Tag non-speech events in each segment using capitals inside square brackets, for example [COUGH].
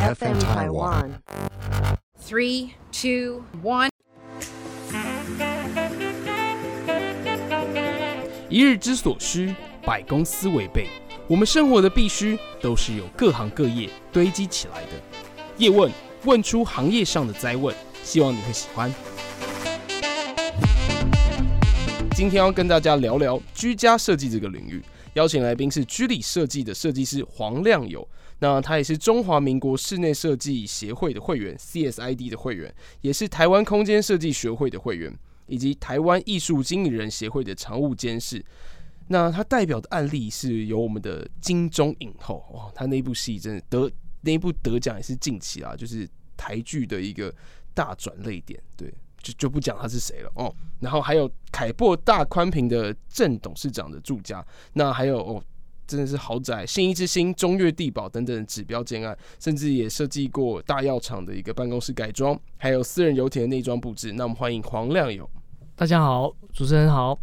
FM Taiwan. Three, two, one. 一日之所需，百公司为备。我们生活的必须，都是由各行各业堆积起来的。叶问问出行业上的灾问，希望你会喜欢。今天要跟大家聊聊居家设计这个领域，邀请来宾是居里设计的设计师黄亮友。那他也是中华民国室内设计协会的会员，CSID 的会员，也是台湾空间设计学会的会员，以及台湾艺术经理人协会的常务监事。那他代表的案例是由我们的金钟影后哇，他那部戏真的得那一部得奖也是近期啦，就是台剧的一个大转泪点，对，就就不讲他是谁了哦。然后还有凯擘大宽屏的郑董事长的住家，那还有哦。真的是豪宅、信义之星、中越地堡等等指标建案，甚至也设计过大药厂的一个办公室改装，还有私人游艇的内装布置。那我们欢迎黄亮友。大家好，主持人好，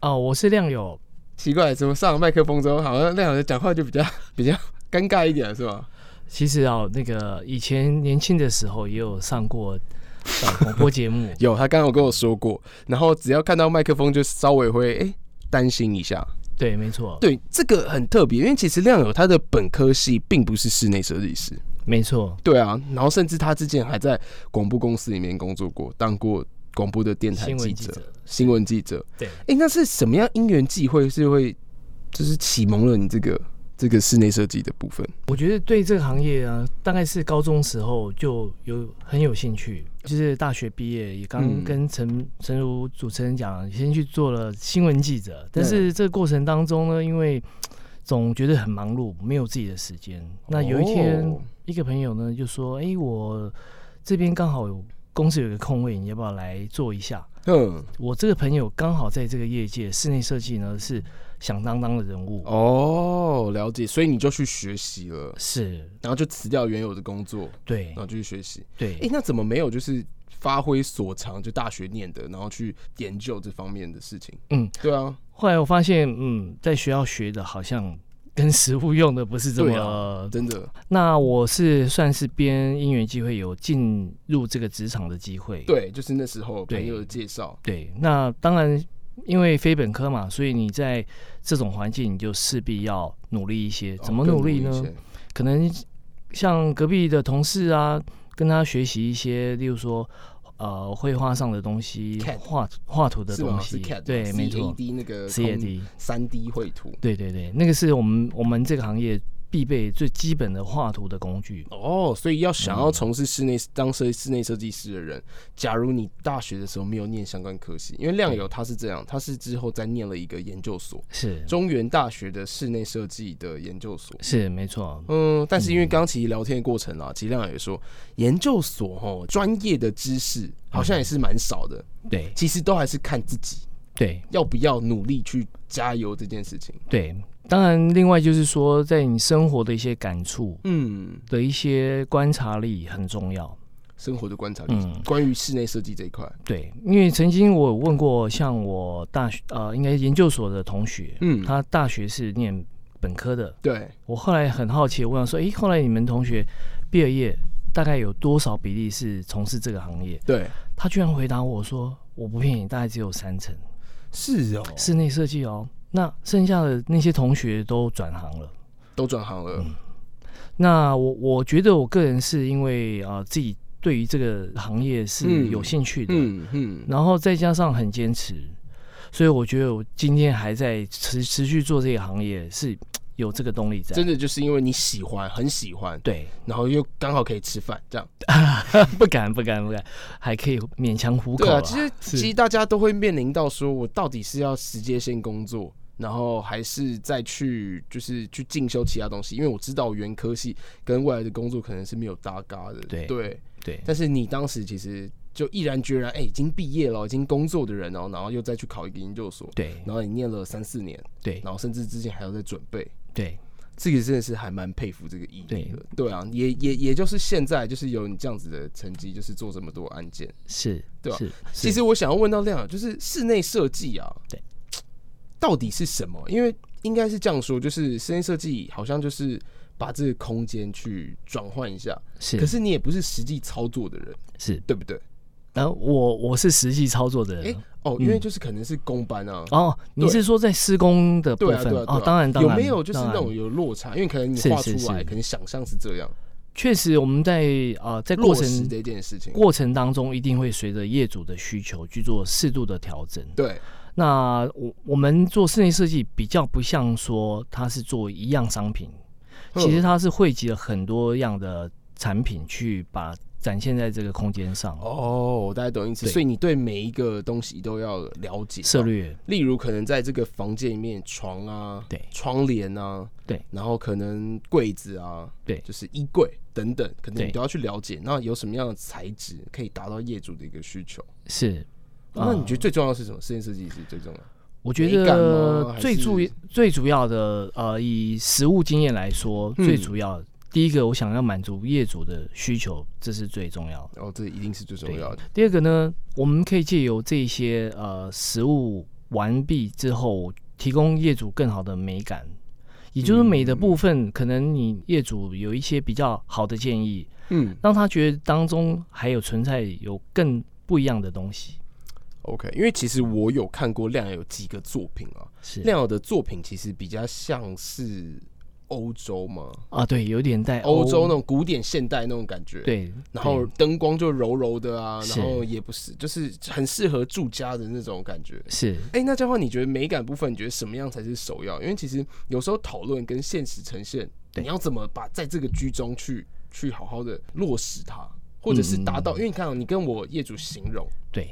哦，我是亮友，奇怪，怎么上了麦克风之后，好像亮友讲话就比较 [LAUGHS] 比较尴尬一点，是吧？其实啊，那个以前年轻的时候也有上过呃广播 [LAUGHS] 节目，有，他刚刚有跟我说过，然后只要看到麦克风就稍微会哎、诶担心一下。对，没错，，对，这个很特别，因为其实亮友他的本科系并不是室内设计师，没错，对啊，然后甚至他之前还在广播公司里面工作过，当过广播的电台新闻记记者、者，新闻记者。对，哎、那是什么样因缘际会是会就是启蒙了你这个这个室内设计的部分？我觉得对这个行业啊，大概是高中时候就有很有兴趣，就是大学毕业也嗯刚跟陈陈如主持人讲，先去做了新闻记者，但是这个过程当中呢，因为总觉得很忙碌，没有自己的时间。那有一天哦，一个朋友呢就说：“哎、我这边刚好有公司有一个空位，你要不要来做一下？”嗯，我这个朋友刚好在这个业界室内设计呢是响当当的人物，哦，了解，所以你就去学习了，是然后就辞掉原有的工作，对然后就去学习。对哎、。那怎么没有就是发挥所长，就大学念的，然后去研究这方面的事情？嗯，对啊，后来我发现，嗯，在学校学的好像跟实物用的不是这么。对啊呃真的，那我是算是边因缘机会有进入这个职场的机会。对，就是那时候对朋友的介绍，对，那当然，因为非本科嘛，所以你在这种环境，你就势必要努力一些。怎么哦更努力一呢？些可能像隔壁的同事啊，跟他学习一些，例如说。呃，绘画上的东西 CAD，画画图的是吗？东是西 CAD，，对，没错 d 那个，CAD，三 D 绘图。对对对，那个是我们我们这个行业必备最基本的画图的工具。哦，所以要想嗯要从事室内当设室内设计师的人，假如你大学的时候没有念相关科系，因为亮友他是这样，他是之后再念了一个研究所，是中原大学的室内设计的研究所。是没错，嗯，但是因为刚刚其实聊天的过程啦，其实亮友也说，研究所哦专业的知识好像也是蛮少的，对其实都还是看自己对要不要努力去加油这件事情。对。当然，另外就是说，在你生活的一些感触嗯，的一些观察力很重要。生活的观察力，嗯，关于室内设计这一块，对，因为曾经我有问过，像我大学呃，应该研究所的同学，嗯，他大学是念本科的。对，我后来很好奇，我问他说：“诶，后来你们同学毕了业，大概有多少比例是从事这个行业？”对，他居然回答我说：“我不骗你，大概只有三成是哦，室内设计哦。那剩下的那些同学都转行了。都转行了。那我我觉得我个人是因为啊、呃自己对于这个行业是嗯有兴趣的，嗯嗯，然后再加上很坚持，所以我觉得我今天还在持持续做这个行业是有这个动力在真。的就是因为你喜欢，很喜欢，对， [LAUGHS] 然后又刚好可以吃饭，这样。不敢不敢不敢，还可以勉强糊口对啊，啦其实是其实大家都会面临到说，我到底是要直接先工作。然后还是再去，就是去进修其他东西，因为我知道我原科系跟未来的工作可能是没有搭嘎的，对对但是你当时其实就毅然决然，哎、已经毕业了，已经工作的人哦，然后又再去考一个研究所，对然后你念了三四年，对然后甚至之前还要在准备，对这个真的是还蛮佩服这个毅力的对。对啊，也也也就是现在就是有你这样子的成绩，就是做这么多案件。是，对啊是其实我想要问到亮，就是室内设计啊，对，到底是什么？因为应该是这样说，就是室内设计好像就是把这个空间去转换一下。是，可是你也不是实际操作的人，是，对不对？然后我我是实际操作的哎、人。哦，因为就是可能是公班啊。嗯哦，你是说在施工的部对啊，分对啊，对啊哦？当然，当有然，没有就是当那然种有落差？因为可能你是画出是来，是可能想象是这样，确实，我们在呃在过落实程这件事情，过程当中，一定会随着业主的需求去做适度的调整。对，那我我们做室内设计比较不像说它是做一样商品，其实嗯它是汇集了很多样的产品去把展现在这个空间上。哦，我大概懂意思。对所以你对每一个东西都要了解到策，略例如可能在这个房间里面，床啊，对窗帘啊，对，然后可能柜子啊，对就是衣柜等等，可能你对都要去了解。那有什么样的材质可以达到业主的一个需求？是，啊那你觉得最重要的是什么？室内设计是最重要的。我觉美感吗得还最主是最主要的呃，以实物经验来说，嗯最主要第一个我想要满足业主的需求，这是最重要的。然后哦这一定是最重对要的。第二个呢，我们可以借由这一些呃实物完毕之后，提供业主更好的美感。也就是美的部分，可能你业主有一些比较好的建议，嗯让他觉得当中还有存在有更不一样的东西。 ，OK，因为其实我有看过亮友几个作品啊，是亮友的作品其实比较像是欧洲嘛，啊，对，有点带欧洲那种古典现代那种感觉。。对，然后对灯光就柔柔的啊，是然后也不是，就是很适合住家的那种感觉。是哎、那这样的话，你觉得美感部分，你觉得什么样才是首要？因为其实有时候讨论跟现实呈现，对你要怎么把在这个居中去去好好的落实它，或者是达到？嗯因为你看、哦，你跟我业主形容，对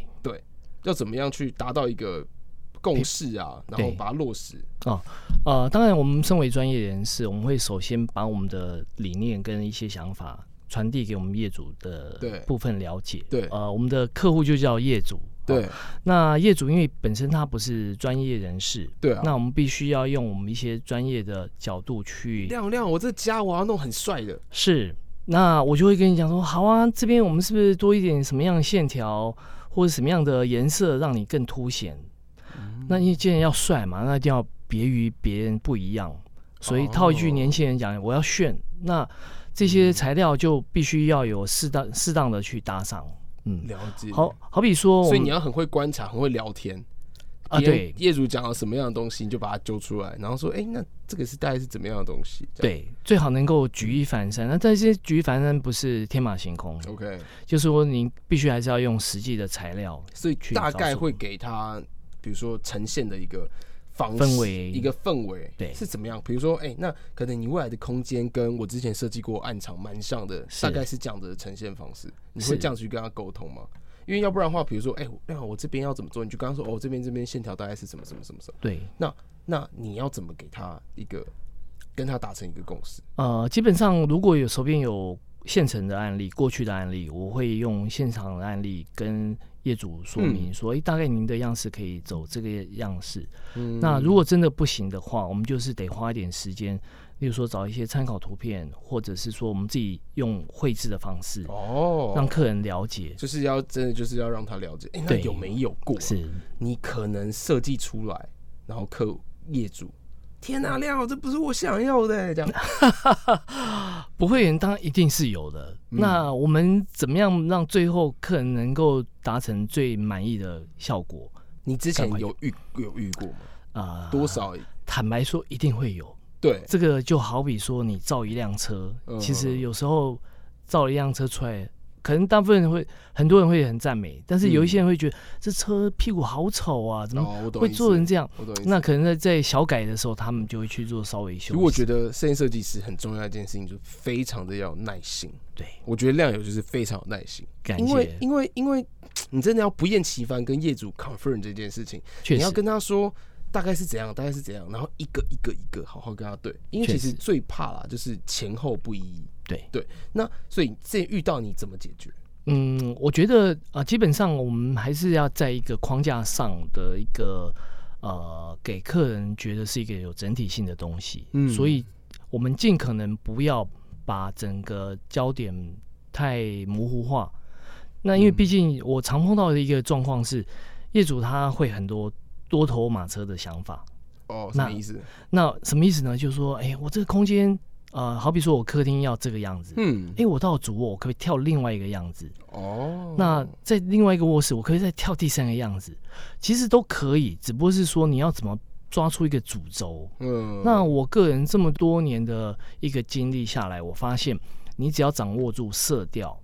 要怎么样去达到一个共识啊，然后把它落实。呃，当然我们身为专业人士，我们会首先把我们的理念跟一些想法传递给我们业主对的部分了解。对呃，我们的客户就叫业主。对哦那业主因为本身他不是专业人士，对啊，那我们必须要用我们一些专业的角度去亮亮，我这家我要弄很帅的，是，那我就会跟你讲说，好啊，这边我们是不是多一点什么样的线条，或者什么样的颜色，让你更凸显？嗯那因为既然要帅嘛，那一定要别于别人不一样。所以套一句哦年轻人讲，我要炫。那这些嗯材料就必须要有适当适当的去搭上。嗯，了解。好，好比说哦我们，所以你要很会观察，很会聊天。啊，别人对业主讲了什么样的东西，你就把它揪出来，然后说，哎、那这个是大概是怎么样的东西？这样对，最好能够举一反三。那但是举一反三不是天马行空， ，OK，就是说你必须还是要用实际的材料所以去大找概出会给他，比如说呈现的一个方氛式围一个氛围，对是怎么样？比如说，哎、那可能你未来的空间跟我之前设计过暗场蛮像的，是大概是这样的呈现方式，你会是这样去跟他沟通吗？因为要不然的话，比如说，哎、那我这边要怎么做？你就刚刚说，哦，这边这边线条大概是什么什么什么什么，对。那你要怎么给他一个跟他达成一个共识？呃，基本上如果有手边有现成的案例、过去的案例，我会用现场的案例跟业主说明说，诶，大概您的样式可以走这个样式。嗯那如果真的不行的话，我们就是得花一点时间，例如说找一些参考图片，或者是说我们自己用绘制的方式，哦，让客人了解。就是要真的就是要让他了解，哎、那对有没有过啊、是你可能设计出来，然后客户业主，天哪、亮这不是我想要的、欸这样 [LAUGHS] 不会员当然一定是有的。嗯那我们怎么样让最后客人能够达成最满意的效果你之前有遇有遇过吗？啊？多少？坦白说，一定会有。对，这个就好比说你造一辆车，嗯其实有时候造一辆车出来，可能大部分人会很多人会很赞美，但是有一些人会觉得、这车屁股好丑啊，怎么嗯哦，我懂会意思做成，这样？我懂意思。那可能在在小改的时候，他们就会去做稍微修如果饰。觉得摄影设计师很重要的一件事情，就是非常的要有耐心。对，我觉得亮友就是非常有耐心，感因为谢，因为因为你真的要不厌其烦跟业主 confirm 这件事情。确你要实跟他说大概是怎样，大概是怎样，然后一个一个一个好好跟他对，因为确其实实最怕啦就是前后不一。对，对，那所以这遇到你怎么解决？嗯，我觉得啊、呃基本上我们还是要在一个框架上的一个呃，给客人觉得是一个有整体性的东西。嗯所以我们尽可能不要把整个焦点太模糊化。那因为毕竟我常碰到的一个状况是，业主他会很多多头马车的想法。哦，什那么意思？那什么意思呢？就是说，哎、我这个空间呃，好比说我客厅要这个样子，嗯哎、，我到主卧我可不可以跳另外一个样子？哦，那在另外一个卧室，我可以再跳第三个样子，其实都可以，只不过是说你要怎么抓出一个主轴。嗯，那我个人这么多年的一个经历下来，我发现你只要掌握住色调，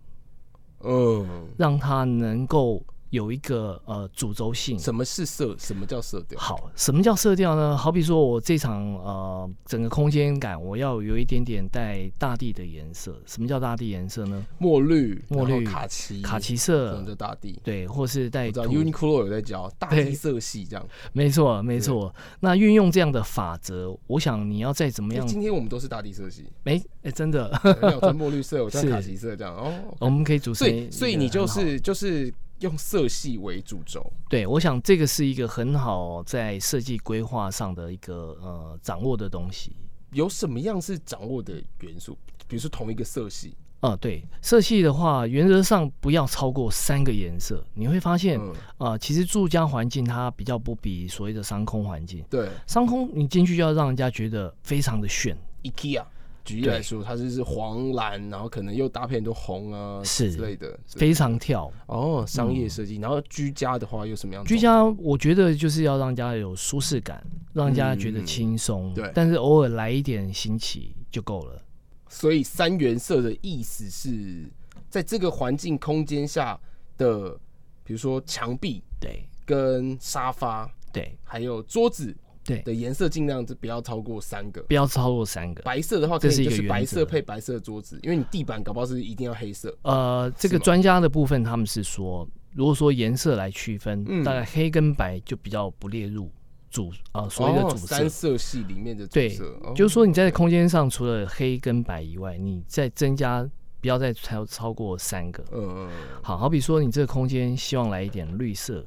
嗯，让它能够有一个呃主轴性。什么是色？什么叫色调？好，什么叫色调呢？好比说，我这场呃整个空间感，我要有一点点带大地的颜色。什么叫大地颜色呢？墨绿，墨然后绿卡其，卡其嗯这种色，叫大地。对，或是带我知道土 Uniqlo 有在教大地色系这样。没错，没错。那运用这样的法则，我想你要再怎么哎样，今天我们都是大地色 [LAUGHS] 系，哎、哎，[LAUGHS] 真的，哎有穿墨绿色，有穿是卡其色这样。哦，我们可以组成所一以个所以你就很好啊是就是用色系为主轴。对，我想这个是一个很好在设计规划上的一个呃掌握的东西。有什么样是掌握的元素？比如说同一个色系，呃，对，色系的话，原则上不要超过三个颜色。你会发现，嗯，呃，其实住家环境它比较不比所谓的商空环境。对商空你进去就要让人家觉得非常的炫， ，IKEA。举例对来说，它就是黄蓝，然后可能又搭配很多红啊是之类的，非常跳。哦，商业设计。然后居家的话，又什么样？居家我觉得就是要让人家有舒适感，让人家觉得嗯轻松。对但是偶尔来一点新奇就够了。所以三原色的意思是在这个环境空间下的，比如说墙壁对跟沙发，对还有桌子对，的颜色尽量就不要超过三个。不要超过三个。白色的话，可这是以一就个是白色原则配白色的桌子，因为你地板搞不好是一定要黑色。呃，这是个吗专家的部分他们是说，如果说颜色来区分，嗯大概黑跟白就比较不列入主呃所谓的哦主色。三色系里面的主对色，哦就是说你在空间上除了黑跟白以外，你再增加不要再超超过三个。嗯，嗯嗯好好比说你这个空间希望来一点绿色，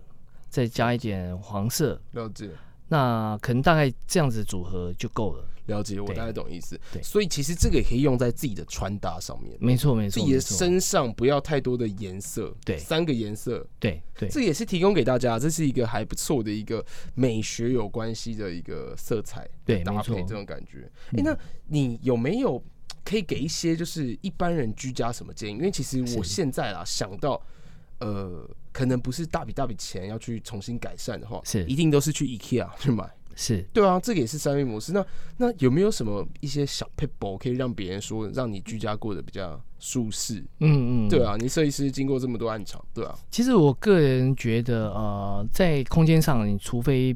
再加一点黄色，了解那可能大概这样子组合就够了。了解，我对大概懂意思。对所以其实这个也可以用在自己的穿搭上面，没错没自错，己没的错，身上不要太多的颜色，对三个颜色，对对这也是提供给大家，这是一个还不错的一个美学有关系的一个色彩对，没搭错嗯配，这种感觉。哎、那你有没有可以给一些就是一般人居家什么建议？因为其实我现在啦想到，呃，可能不是大笔大笔钱要去重新改善的话，是一定都是去 IKEA 去买。是。对啊，这个也是商业模式。那那有没有什么一些小 p e b l e 可以让别人说让你居家过得比较舒适？嗯嗯，对啊，你设计师经过这么多暗场，对啊，其实我个人觉得，呃，在空间上，你除非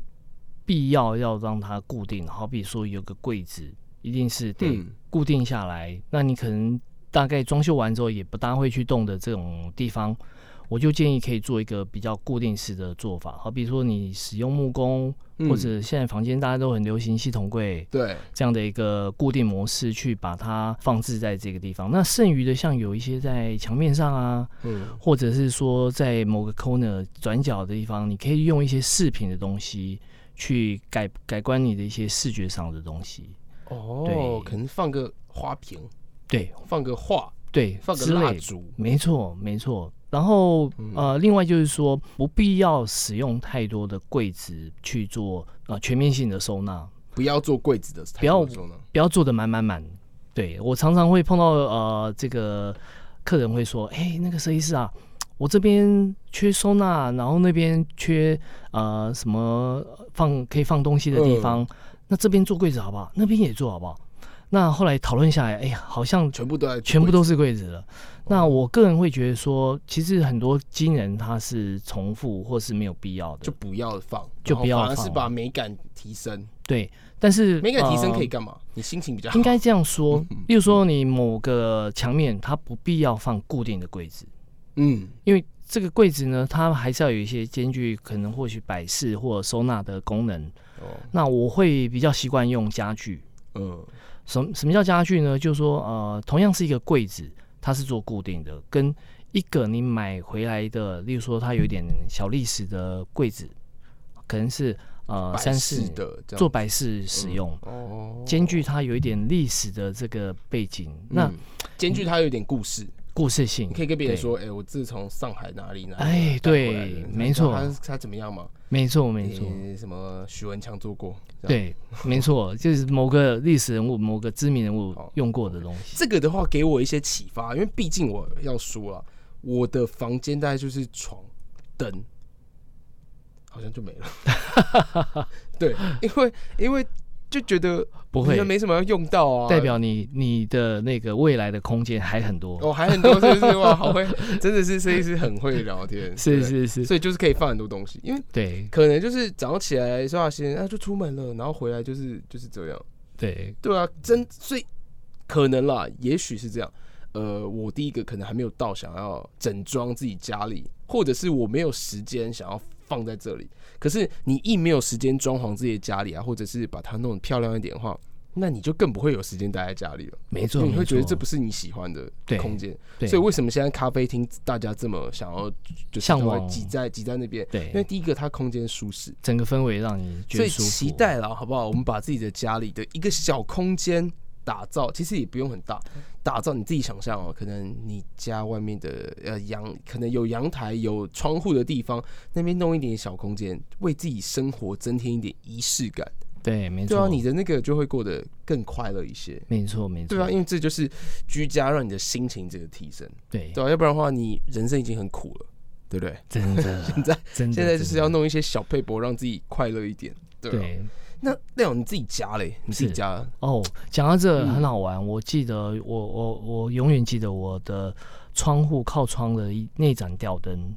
必要要让它固定，好比说有个柜子，一定是得嗯固定下来。那你可能大概装修完之后也不大会去动的这种地方，我就建议可以做一个比较固定式的做法，好比说你使用木工，嗯或者现在房间大家都很流行系统柜，对，这样的一个固定模式去把它放置在这个地方。那剩余的像有一些在墙面上啊，嗯，或者是说在某个 corner 转角的地方，你可以用一些饰品的东西去改改观你的一些视觉上的东西。哦对，可能放个花瓶，对放个画，对，放个之类蜡烛，嗯没错没错。然后呃，另外就是说，不必要使用太多的柜子去做呃全面性的收纳。不要做柜子的，不要做呢。不要做的满满满。对我常常会碰到呃，这个客人会说：“哎、那个设计师啊，我这边缺收纳，然后那边缺呃什么放可以放东西的地方，那这边做柜子好不好？那边也做好不好？”那后来讨论下来，哎呀，好像全部都在，全部都是柜子了。那我个人会觉得说，其实很多惊人它是重复或是没有必要的，就不要放，就不要然后反而放是把美感提升。对。但是呃美感提升可以。以干嘛？你心情比较好应，该这样说，嗯例如说你某个墙面，它不必要放固定的柜子，嗯，因为这个柜子呢，它还是要有一些间距，可能或许摆饰或收纳的功能。哦，那我会比较习惯用家具。嗯，什么什么叫家具呢？就是说，呃，同样是一个柜子，它是做固定的，跟一个你买回来的，例如说它有一点小历史的柜子，可能是呃百三事四的这样做摆饰使用，哦，兼具它有一点历史的这个背景。那嗯，兼具它有点故事，故事性你，可以跟别人对，说，哎、我自从上海哪里哪里哎带回来的对你没知道错他他怎么样嘛？没错没错，诶什么许文强做过，这样，对，没错，就是某个历史人物、某个知名人物好用过的东西。哦这个的话给我一些启发，因为毕竟我要说了，我的房间大概就是床、灯，好像就没了。 [LAUGHS] 对，因为因为就觉得不好会像没什么要用到啊，代表你你的那个未来的空间还很多。哦还很多是不是哇，好会，真的是设计师很会聊天， [LAUGHS] 是对，是是，所以就是可以放很多东西，因为。对可能就是早上起来刷牙洗脸，啊就出门了，然后回来就是就是这样。对，对啊，真所以可能啦，也许是这样。呃，我第一个可能还没有到想要整装自己家里，或者是我没有时间想要放在这里。可是你一没有时间装潢自己的家里啊，或者是把它弄得漂亮一点的话，那你就更不会有时间待在家里了。没因错，为你会没觉得错这不是你喜欢的对空间。对所以为什么现在咖啡厅大家这么想要就是向都会往挤在挤在那边？因为对第一个它空间舒适，整个氛围让你觉所得以舒服。期待了，好不好？我们把自己的家里的一个小空间打造，其实也不用很大，打造你自己想象哦。可能你家外面的呃阳，可能有阳台、有窗户的地方，那边弄一点小空间，为自己生活增添一点仪式感。对，没对啊，错，你的那个就会过得更快乐一些。没错没错，对啊，因为这就是居家让你的心情这个提升，对，对啊，要不然的话，你人生已经很苦了，对不对？真的 [LAUGHS] 现在真的现在就是嗯真的要弄一些小配博，让自己快乐一点。对啊、对那亮，你自己家嘞？你自己是家哦，讲到这很好玩，我记得我我我永远记得我的窗户靠窗的一那盏吊灯，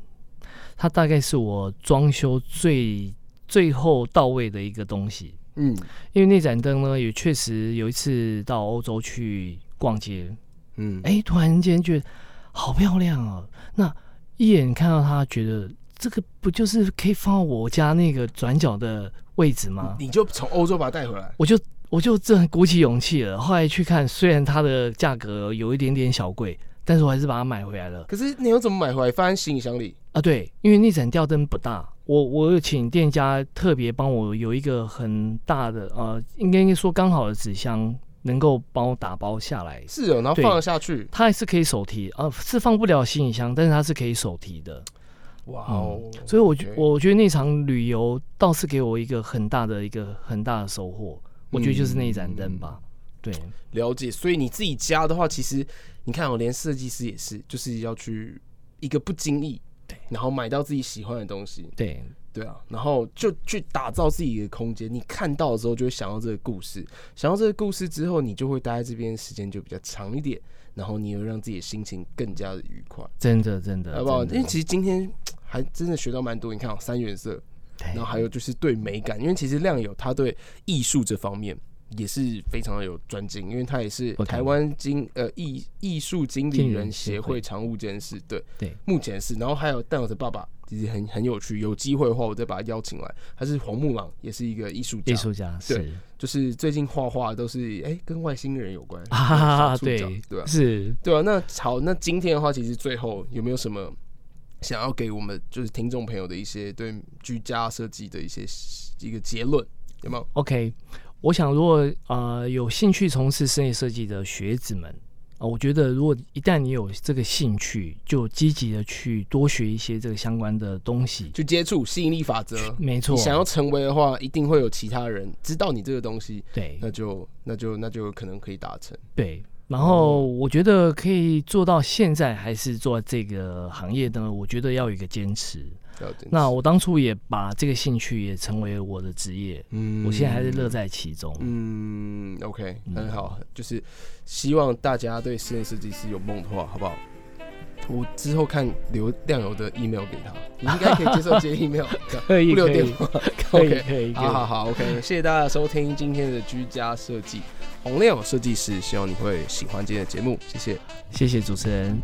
它大概是我装修最最后到位的一个东西。嗯因为那盏灯呢，也确实有一次到欧洲去逛街，嗯，哎、突然间觉得好漂亮哦、那一眼看到它，觉得这个不就是可以放到我家那个转角的位置吗？你就从欧洲把它带回来，我就我就这鼓起勇气了。后来去看，虽然它的价格有一点点小贵，但是我还是把它买回来了可是你又怎么买回来？放在行李箱里？啊。对，因为那盏吊灯不大，我我有请店家特别帮我有一个很大的呃，应该应该说刚好的纸箱，能够帮我打包下来。是哦，然后对放了下去。它还是可以手提啊、呃是放不了行李箱，但是它是可以手提的。哇哦，所以我觉 OK 我觉得那场旅游倒是给我一个很大的一个很大的收获，我觉得就是那一盏灯吧。对，了解。所以你自己家的话，其实你看哦，连设计师也是，就是要去一个不经意，对，然后买到自己喜欢的东西，对，对啊，然后就去打造自己的空间。你看到的时候，就会想到这个故事，想到这个故事之后，你就会待在这边时间就比较长一点，然后你也会让自己的心情更加的愉快。真的真的，好不好？因真为的其实今天还真的学到蛮多。你看、哦，三原色，对然后还有就是对美感，因为其实亮友他对艺术这方面也是非常的有专精，因为他也是 OK 台湾经呃艺艺术经理经理人人协协会会常务监事，对对，目前是。然后还有蛋友的爸爸，其实很很有趣，有机会的话我再把他邀请来。他是黄木朗，也是一个艺术家艺，术家对是就是最近画画都是哎、跟外星人有关啊，对对对啊，是对啊，那好，那今天的话，其实最后有没有什么想要给我们就是听众朋友的一些对居家设计的一些一个结论？有没有？ OK。我想，如果呃有兴趣从事室内设计的学子们啊、我觉得如果一旦你有这个兴趣，就积极的去多学一些这个相关的东西。去接触吸引力法则。没错你，想要成为的话，一定会有其他人知道你这个东西，对那就那就那就可能可以达成。对。然哦后我觉得可以做到现在还是做这个行业呢，我觉得要有一个坚持。了解那我当初也把这个兴趣也成为我的职业，嗯我现在还是乐在其中。嗯，OK，很好，就是希望大家对室内设计师有梦的话，好不好？我之后看刘亮友的 email 给他，你应该可以接受接 [LAUGHS] email，这样可以不留可以电话，可以 OK 可以可以好好好，OK，谢谢大家的收听今天的居家设计，黄亮友设计师，希望你会喜欢今天的节目，谢谢。谢谢主持人。